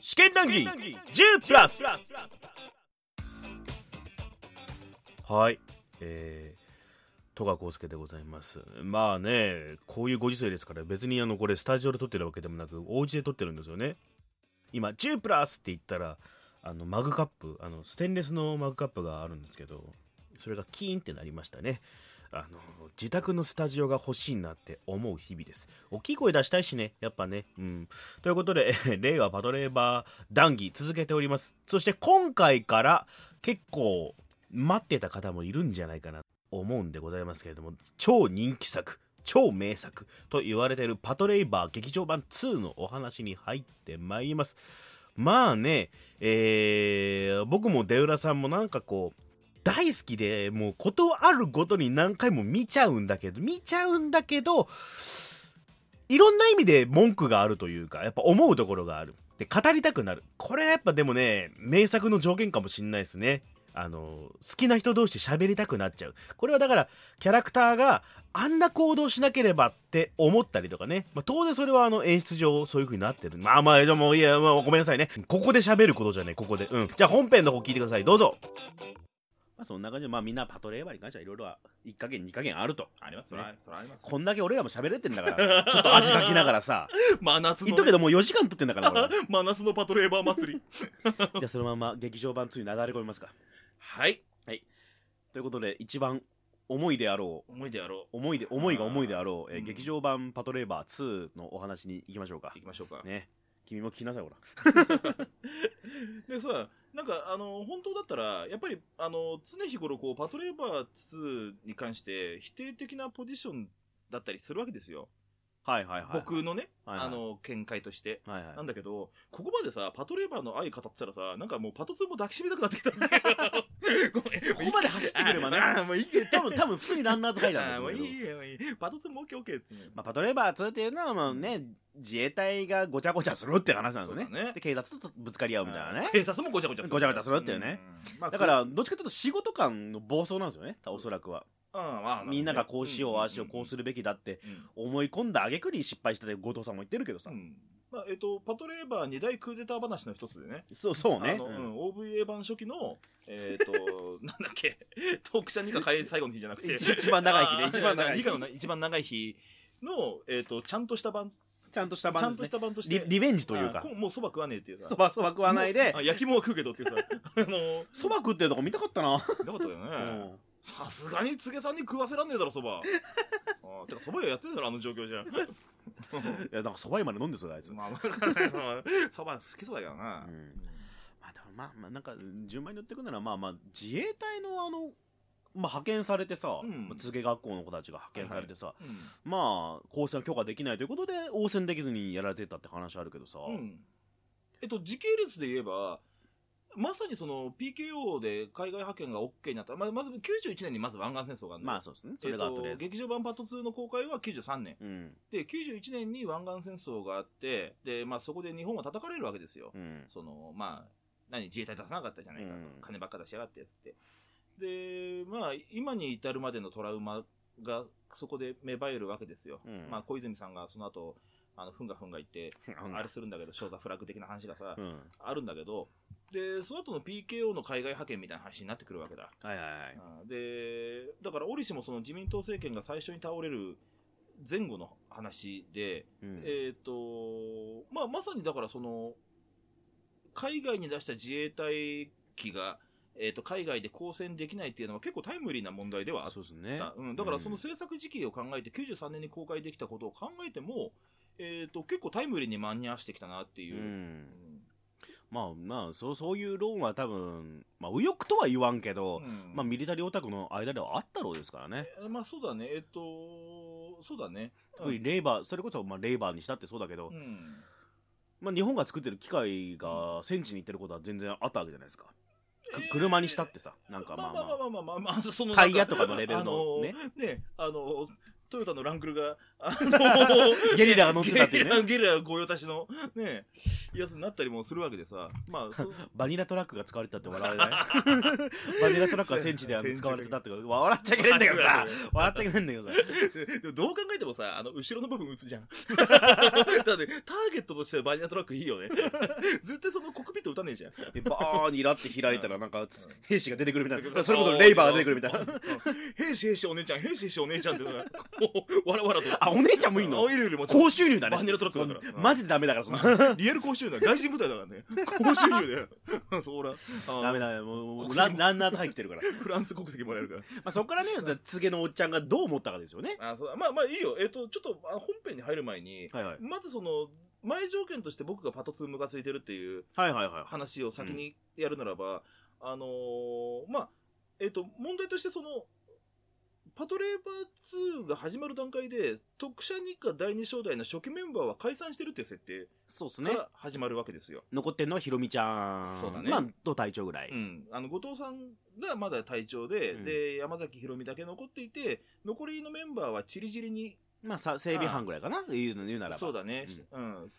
試験談義10プラスはいえー、戸川浩介でございますまあねこういうご時世ですから別にあのこれスタジオで撮ってるわけでもなくお家で撮ってるんですよね今10プラスって言ったらあのマグカップあのステンレスのマグカップがあるんですけどそれがキーンってなりましたねあの自宅のスタジオが欲しいなって思う日々です大きい声出したいしねやっぱねうんということで 令和パトレーバー談義続けておりますそして今回から結構待ってた方もいるんじゃないかなと思うんでございますけれども超人気作超名作と言われているパトレイバー劇場版2のお話に入ってまいりますまあね、えー僕も出浦さんもなんかこう大好きでもうことあるごとに何回も見ちゃうんだけど見ちゃうんだけどいろんな意味で文句があるというかやっぱ思うところがあるで語りたくなるこれはやっぱでもね名作の条件かもしんないですねあの好きな人同士で喋りたくなっちゃうこれはだからキャラクターがあんな行動しなければって思ったりとかね、まあ、当然それはあの演出上そういう風になってるまあまあじゃあもういいや、まあ、ごめんなさいねここで喋ることじゃねここでうんじゃあ本編の方聞いてくださいどうぞまあそんな感じでまあみんなパトレーバーに関してはいろいろ1加減2加減あるとありますね。それあります。こんだけ俺らも喋れてんだから、ちょっと味かきながらさ、 真夏の。言っとくけどもう4時間撮ってんだから、こ れ真夏のパトレーバー祭 り。じゃあそのまま劇場版2になだれ込みますか。はい。ということで、一番思いであろう、思い出やろう。思いで、思いが思いであろう、えーうん劇場版パトレーバー2のお話に行きましょうか行。きましょうか。ね。君も聞きなさい、ほら。でさ、なんか、あの、本当だったら、やっぱり、あの、常日頃、こう、パトレーバー2に関して、否定的なポジションだったりするわけですよ。はいはいはい。僕のね、はいはいあの、見解として。はいはい。なんだけど、ここまでさ、パトレーバーの愛語ってたらさ、なんかもうパト2も抱きしめたくなってきたん だよごめん。ここまで走ってくれ ばねあーあーもういいけど。多分、多分普通にランナー使い あなーんもだうけど。いいよ、もういい。パト2も OKOK って。まあ、パトレーバー2っていうのは、まあね、自衛隊がごちゃごちゃするって話なんですよねそうだねで、警察とぶつかり合うみたいなね。警察もごちゃごちゃごちゃごちゃするっていうね。うんまあだから、どっちかというと仕事感の暴走なんですよね、おそらくは。うんまあみんながこうしよう、ああしよう、こうする。るべきだってうん思い込んだ挙句に失敗したって後藤さんも言ってるけどさ。うんまあえっと、パトレーバー2大クーデター話の一つでね、そうそうあねの。ううんん OVA 版初期の、えっと、 なんだっけ、トークシャ2か最最後の日じゃなくて、一一番長い日ねあー一番長い日二課の一番長い日の、えっと、ちゃんとした版、ちゃんとしたちゃ番ですんとねした版としリて、リベンジというあかーこ。もうそば食わねえっていうさそ、ばそば食わないであ、焼きもは食うけどっ ていうさ、あのー、そば食ってるとこ見たかったな。なかったようね。んさすがに柘植さんに食わせらんねえだろそ ばああてかそば屋やってんだろあの状況じゃんいや、なんかそば湯まで飲んでそうだ、あいつ。まあまあそば好きそうだけどなう、んまあでもまあまあなんか順番に乗ってくならまあまあ自衛隊のあのまあ派遣されてさ、うんまあ、告げ学校の子たちが派遣されてさ、うんまあ高専は許可できないということで応戦できずにやられてたって話あるけどさ、うんえっと時系列で言えばまさにその PKO で海外派遣が OK になった、まあ、まず91年にまず湾岸戦争があるまああそうですねそれがとりあえず、劇場版パート2の公開は93年うんで91年に湾岸戦争があってで、まあ、そこで日本は叩かれるわけですよ、うんそのまあ何自衛隊出さなかったじゃないかと、うん金ばっか出しやがってやつってでまあ今に至るまでのトラウマがそこで芽生えるわけですよ、うんまあ小泉さんがその後あのふんがふんが言って、あれするんだけど少座フラグ的な話がさ、うんあるんだけどでその後の PKO の海外派遣みたいな話になってくるわけだ、はいはいはいうんでだから折しもその自民党政権が最初に倒れる前後の話で、うんえっ、と、まあ、まさにだからその、海外に出した自衛隊機が、えっ、と、海外で抗戦できないっていうのは結構タイムリーな問題ではあっそうですねた。うん。だからそうのん制作時期を考えて、93年に公開できたことを考えても、えっ、と、結構タイムリーに間に合わせてきたなっていうう。んまあまあそうそういう論は多分まあ右翼とは言わんけど、まあミリタリーオタクの間ではあったろうですからね、あ、まあ、そうだね。えっ、と、そうだね。特にレーバーそれこそまあレーバーにしたってそうだけど、うん。まあ、日本が作ってる機械が戦地に行ってることは全然あったわけじゃないですか、くえー車にしたってさなんまかあままあまあまああまあまあまあまあ、そのタイヤとかのレベルのあーねね、あのートヨタのランクルが、あのゲリラが乗ってたっていうねゲリラゲリラ御用達の、ね、やつになったりもするわけでさ、ま あ、そバニラトラックが使われてたって笑 われないバニラトラックが戦地であの使われてたってこと笑っちゃいけないんだけどさ笑っちゃいけないんだけどさでもどう考えてもさ、あの、後ろの部分 打つじゃん。だって、ターゲットとしてはバニラトラックいいよね。絶対そのコックピット打たねえじゃん。でバーンにラって開いたらなんか兵士が出てくるみたいなそれこそレイバーが出てくるみたいなな。兵士兵士お姉ちゃん、兵士兵士お姉ちゃんってのが、こう、わらわらと。あお姉ちゃんもいいのあいるいるもちろん高収入だねバニラトラックだからそうマジでダメだからそんなリアル高収入だ。外人部隊だからね。高収入だよ。 そら。あダメだよもうも国う籍ラもンランナーと入ってるから、まフランス国籍もらえるから。あ、そこからね告げのおっちゃんがどう思ったかですよねあそうだまあまあいいよ、えっとちょっとあ本編に入る前に、はいはいまずその前条件として僕がパト2ムカついてるっていうはいはいはい話を先にやるならば、あのーまあえっと問題としてそのパトレーバー2が始まる段階で特殊日課第二章代の初期メンバーは解散してるっていう設定そうですかねら始まるわけですよ、残ってんのはひろみちゃんそうだねまあと隊長ぐらい、うん、あの後藤さんがまだ隊長で,、うんで山崎宏美だけ残っていて残りのメンバーはちりじりにまあさ整備班ぐらいかな言うの言うならばそうだね、うん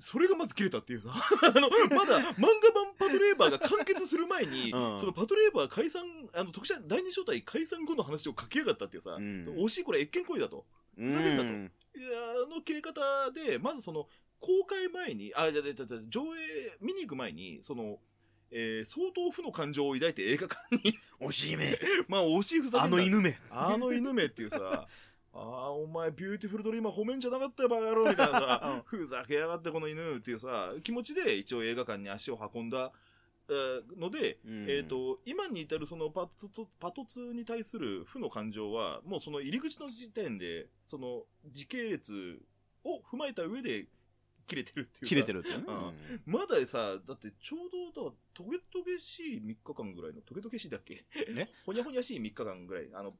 それがまず切れたっていうさ あのまだ漫画版パトレーバーが完結する前 うんに、そのパトレーバー解散あの特殊第二招待解散後の話を書きやがったっていうさ、うん惜しいこれ越見行為だとうんざけんなといやあの切れ方でまずその公開前にあじゃあじゃあじゃあじゃあ上映見に行く前にその、えー相当負の感情を抱いて映画館に惜しいめ まあ惜しいふざあけんなの犬めあの犬めっていうさ、 ああ、お前、ビューティフルドリーマー褒めんじゃなかったよ、バカ野郎みたいなさ、ふざけやがってこの犬めっていうさ、気持ちで一応映画館に足を運んだ、えーので、えっ、と、今に至るそのパトツ、パト2に対する負の感情は、もうその入り口の時点で、その時系列を踏まえた上で切れてるっていう切れてる。るっていうね、うんまださ、だってちょうどだ、トゲトゲしい3日間ぐらいの、トゲトゲしいだっけね ほにゃほにゃしい3日間ぐらい、あの、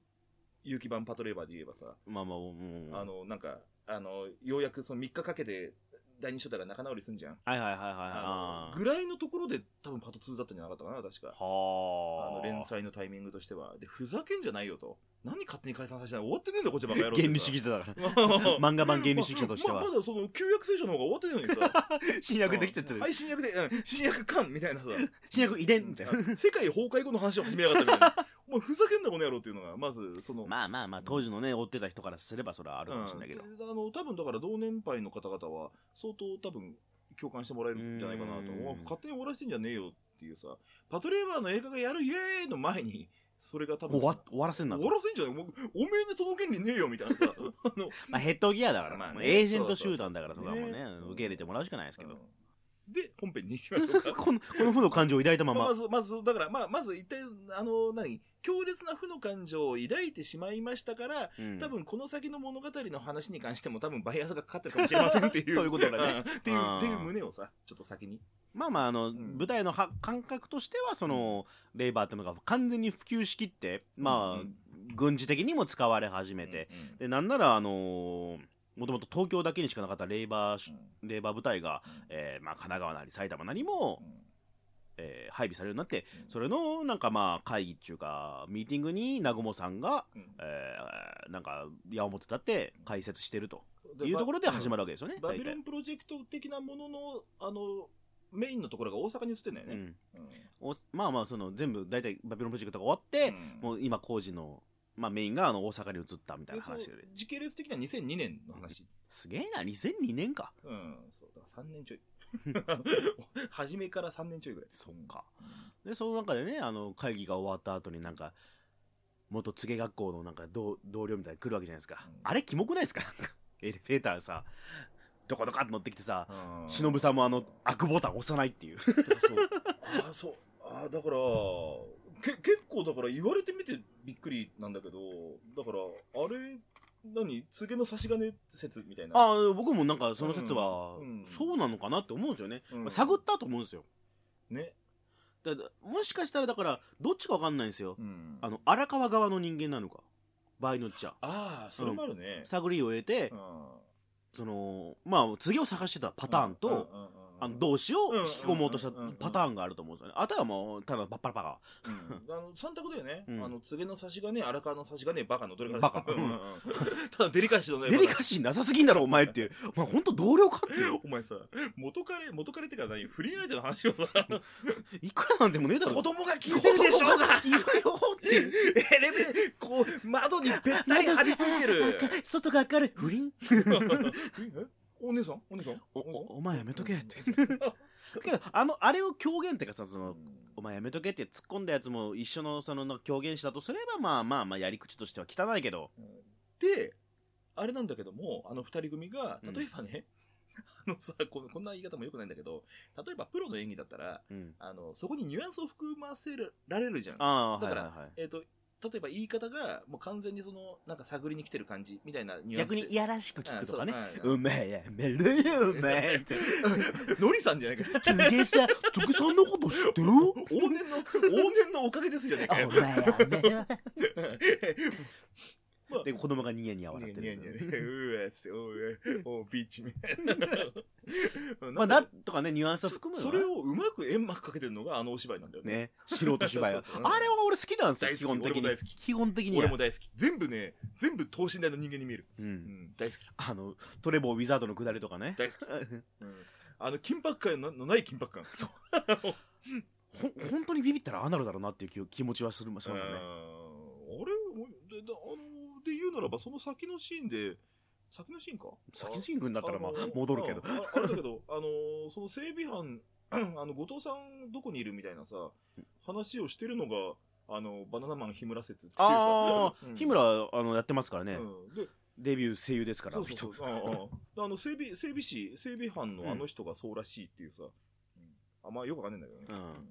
有機版パトレーバーで言えばさ、まあまあもうもうあの、なんか、あの、ようやくその3日かけて、第二章代が仲直りすんじゃん。はいはいはいはいあはのいぐらいのところで多分パト2だったんじゃなかったかな、確か。あはの、連載のタイミングとしては。で、ふざけんじゃないよと。何勝手に解散させてない終わってねえんだよ、こっちはバカ野郎って原理 主義者だから さ。漫漫画版原理主義者としてはままだその旧約聖書の方が終わってないのにさ。新薬できてってるはい、新約で、うん新約感みたいなさ。 新薬遺伝みたいなうん世界崩壊後の話を始めやがったみたいな。 お前ふざけんなものやろっていうのが、まず、その。まあまあまあ当時のね追ってた人からすればそれはあるかもしれないけど、うんであの多分だから同年配の方々は相当多分共感してもらえるんじゃないかなとうーんお前勝手に終わらせてんじゃねえよっていうさパトレーバーの映画がやるイエーイの前にそれが多分終わ終わらせんな終とわらせんじゃねえもうおめえにその権利ねえよみたい なさあのまあ、ヘッドギアだから、まあねもうエージェント集団だからそそうこそうはそうもうねね受け入れてもらうしかないですけど、うんで本編に行きましょうかこのこの負の感情を抱いたままあま、まず、まず、だから、まあ、まず一体、あの、何、強烈な負の感情を抱いてしまいましたから、うん多分この先の物語の話に関しても多分バイアスがかかってるかもしれません っていう。ということだねんっていうあー、っていう胸をさ、ちょっと先に。まあまああの、ん舞台のは感覚としてはその、レイバーっていうのが完全に普及しきってまあ、うん軍事的にも使われ始めて、でなんならあのもともと東京だけにしかなかったレイバーし、レイバー部隊が、えーまあ、神奈川なり埼玉なりも、えー配備されるようになってそれ、れのなんかまあ会議っていうかミーティングに南雲さんが、うんえーなんか矢面立って解説してるというところで始まるわけですよね、バ大ビロ体ンプロジェクト的なものの、あの、メインのところが大阪に移ってんだようね。ん、うんおまあまあその全部大体バビロンプロジェクトが終わって、もう今工事の、まあ、メインがあの大阪に移ったみたいでなその話で時系列的には2002年の話。すげえな2002年かうん、そう、だから3年ちょい。 初めから3年ちょいぐらい。そっかでその中でねあの会議が終わった後になんか元柘学校のなんか同同僚みたいに来るわけじゃないですか、うんあれキモくないですか なんかエレベーターさどこどかって乗ってきてさうん。忍さんもあの悪ボタン押さないっていうだからそう。ああ、そう。ああ、だから、け、結構だから言われてみてびっくりなんだけど、だから、あれ、何告げの差し金説みたいな。 ああ僕もなんかその説はうんうんそうなのかなって思うんですよね、うんまあ探ったと思うんですよね。だだもしかしたらだからどっちかわかんないんですよ、うん。あの荒川側の人間なのか場合によっちゃああ、それもあるね。探りを得て、うんそのまあ次を探してたパターンと、うんうんうんあの動詞をうん引き込もうとしたうんうんうんパターンがあると思うんですよね。あとはもう、ただパッパラパカ。うんあの三択だよね、 うんあの告げの差しがね荒川の差しがねバカのどれかバカうんうんうん ただデリカシーのねデリカシーなさすぎんだろ、お前っていう。お前、ほんと同僚かっていう。お前さ元彼元彼ってか何不倫相手の話を さいくらなんでもねえだろ。子供が聞いてるでしょうがいるよっていう。エレベーこう窓にべったり張り付いてる外が明るい。不倫えお姉さんお姉さんお、姉さんおお前やめとけって。けど、あの、あれを狂言ってかさ、その、お前やめとけって突っ込んだやつも一緒のそのなんか狂言師だとすれば、まあまあまあ、やり口としては汚いけど。であれなんだけどもあの二人組がうん例えばね、あのさこんこんな言い方もよくないんだけど例えばプロの演技だったらうん。あのそこにニュアンスを含ませられるじゃんああ、はだかいらはいはい。えー、と例えば言い方がもう完全にそのなんか探りに来てる感じみたいなニュアンス逆でにいやらしく聞くとかねあ。そううはいめえやめろよ、お前って。ノリさんじゃないかすげえさ、徳さんのこと知ってる往年の往年のおかげですじゃないおか 前よやめろ。まあで、子供がニヤニヤ笑ってニヤニヤる。ねうわすおうおうビーチみたいなまあ、ななんかんとかね、ニュアンスは含むそよそれをうまく煙幕かけてるのがあのお芝居なんだよねね、素人芝居はそうそうそうあれは俺好きなんですよ、大好き基本的俺もに大好き。基本的には俺も大好き全部ね全部等身大の人間に見える、う。うんん、大好きあの、トレボーウィザードのくだりとかね。大好き、うん、あの緊迫感のない緊迫感ほん、本当にビビったらああなるだろうなっていう気気持ちはする、そうあだれね。でだあので言うならばその先のシーンで先のシーンか先進軍だったらまああの、戻るけど。あああれだけど、あのーその整備班、 あの、後藤さんどこにいるみたいなさ、話をしてるのが、あの、バナナマン日村説っていうああ、さうん日村、あの、やってますからうね。ん、で、デビュー声優ですから、あそうのそう人。そう。ああああの、整備、整備士、整備班のあの人がそうらしいっていうさ、うんあんまよくわかんないんだけどね。うん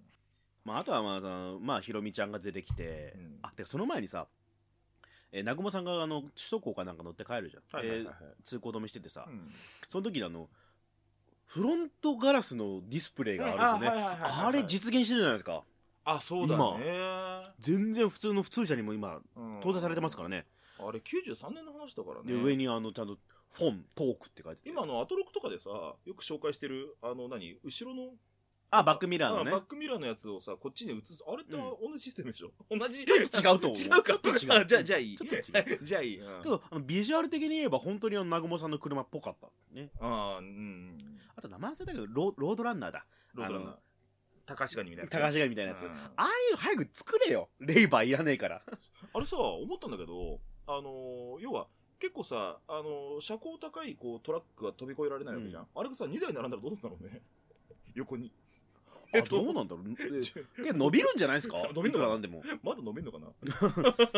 まあ、あとはまあ、そのまあ、ひろみちゃんが出てきてうん、あ、てかその前にさ、えー、南雲さんが、あの、首都高かなんか乗って帰るじゃん。はいはいはいではい。通行止めしててさう、んその時にあの、フロントガラスのディスプレイがあるんですよね。はいはいはいはいあれ実現してるじゃないですか。あ、そうだね。全然普通の普通車にも今、うん搭載されてますからね。あれ93年の話だからで、ね。上にあの、ちゃんと、フォン、トークって書いてて今のアトロクとかでさ、よく紹介してる、あの何、後ろのあ、バックミラーのあバねッ。クミラーのやつをさ、こっちに映す。あれってうん同じシステムでしょ、同じ。違ちょっと違うと思う。うちょかっと違う。あじゃあ、じゃあいいちょっと違う。。じゃあいい。うんけど、あのビジュアル的に言えば、本当にあの、南雲さんの車っぽかった。ね。あーうん。あと、名前忘れたけど、ローロードランナーだ。ロードランナーあの。高橋がにみたいな。高橋がみたいなみやつ。うんああいう、早く作れよ。レイバーいらねえ から。あれさ、思ったんだけど、あのー、要は、結構さ、あのー、車高高いこうトラックが飛び越えられないわけじゃん。あれがさ、2台並んだらどうすんだろうね。横に。あ、どうなんだろ う。ちょえけど伸びるんじゃないですか 伸びるのかないくらなんでも。まだ飲めんのかな あれ ?2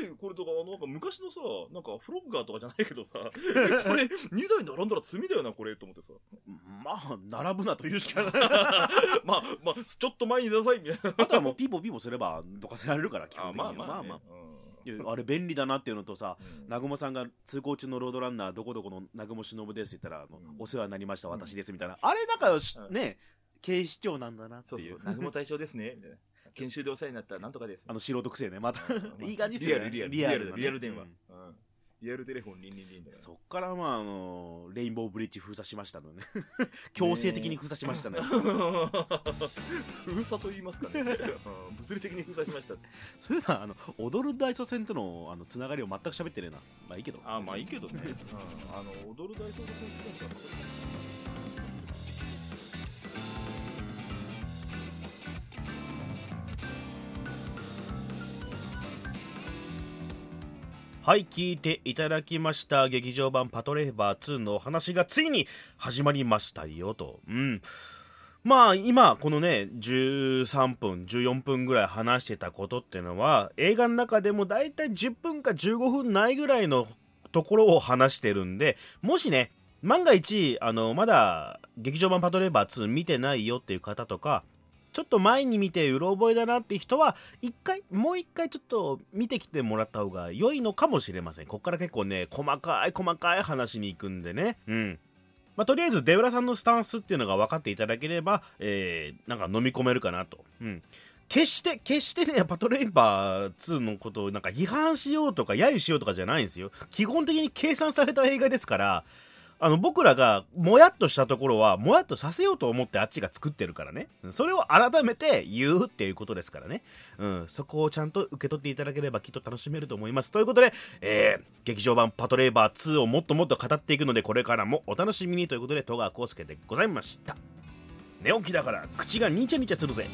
台これとか、あの、なんか昔のさ、なんかフロッガーとかじゃないけ どさ、これ2台並んだら罪だよな、これ、と思ってさ。 まあ、並ぶなというしかない。まあ、まあ、ちょっと前に出なさい、みたいな。あとはもう、ピーポーピーポーすれば、どかせられるから、基本的には。ねいやあれ便利だなっていうのとさ、うん南雲さんが通行中のロードランナーどこどこの南雲忍ですって言ったらあの、うんお世話になりました私ですみたいな、うんあれなんかし、うんね警視庁なんだなってそういそうう、南雲大将ですね、みたいな。研修でお世話になったなんとかです。あの素人くせえねまた、うん いい感じっすよリアねル、リアル、リリアアルなル、ねリアル電話。ううんんリアルテレフォン、リンリンリンだよねそっからまああのレインボーブリッジ封鎖しましたのね強制的に封鎖しましたね 封鎖と言います かね。うん物理的に封鎖しました。そういえばあの踊る大捜戦とのあのつながりを全く喋ってねえなまあいいけどあまあいいけどね、うん、あの踊る大捜査線スポンサーのことですねはい、聞いていただきました。劇場版パトレーバー2のお話がついに始まりましたよと。うん。まあ今、このね、13分、14分ぐらい話してたことっていうのは、映画の中でもだいたい10分か15分ないぐらいのところを話してるんで、もしね、万が一、あの、まだ劇場版パトレーバー2見てないよっていう方とか、ちょっと前に見てうろ覚えだなって人は一回もう一回ちょっと見てきてもらった方が良いのかもしれませんこっから結構ね細かい細かい話に行くんでねうんまあ、とりあえずデブラさんのスタンスっていうのが分かっていただければ、えー、なんか飲み込めるかなと、うん、決して決してねパトレイバー2のことをなんか批判しようとか揶揄しようとかじゃないんですよ基本的に計算された映画ですからあの僕らがもやっとしたところはもやっとさせようと思ってあっちが作ってるからねうんそれを改めて言うっていうことですからね、うん、そこをちゃんと受け取っていただければきっと楽しめると思いますということで、えー劇場版「パトレーバー2」をもっともっと語っていくのでこれからもお楽しみにということで戸川浩介でございました寝起きだから口がニチャニチャするぜ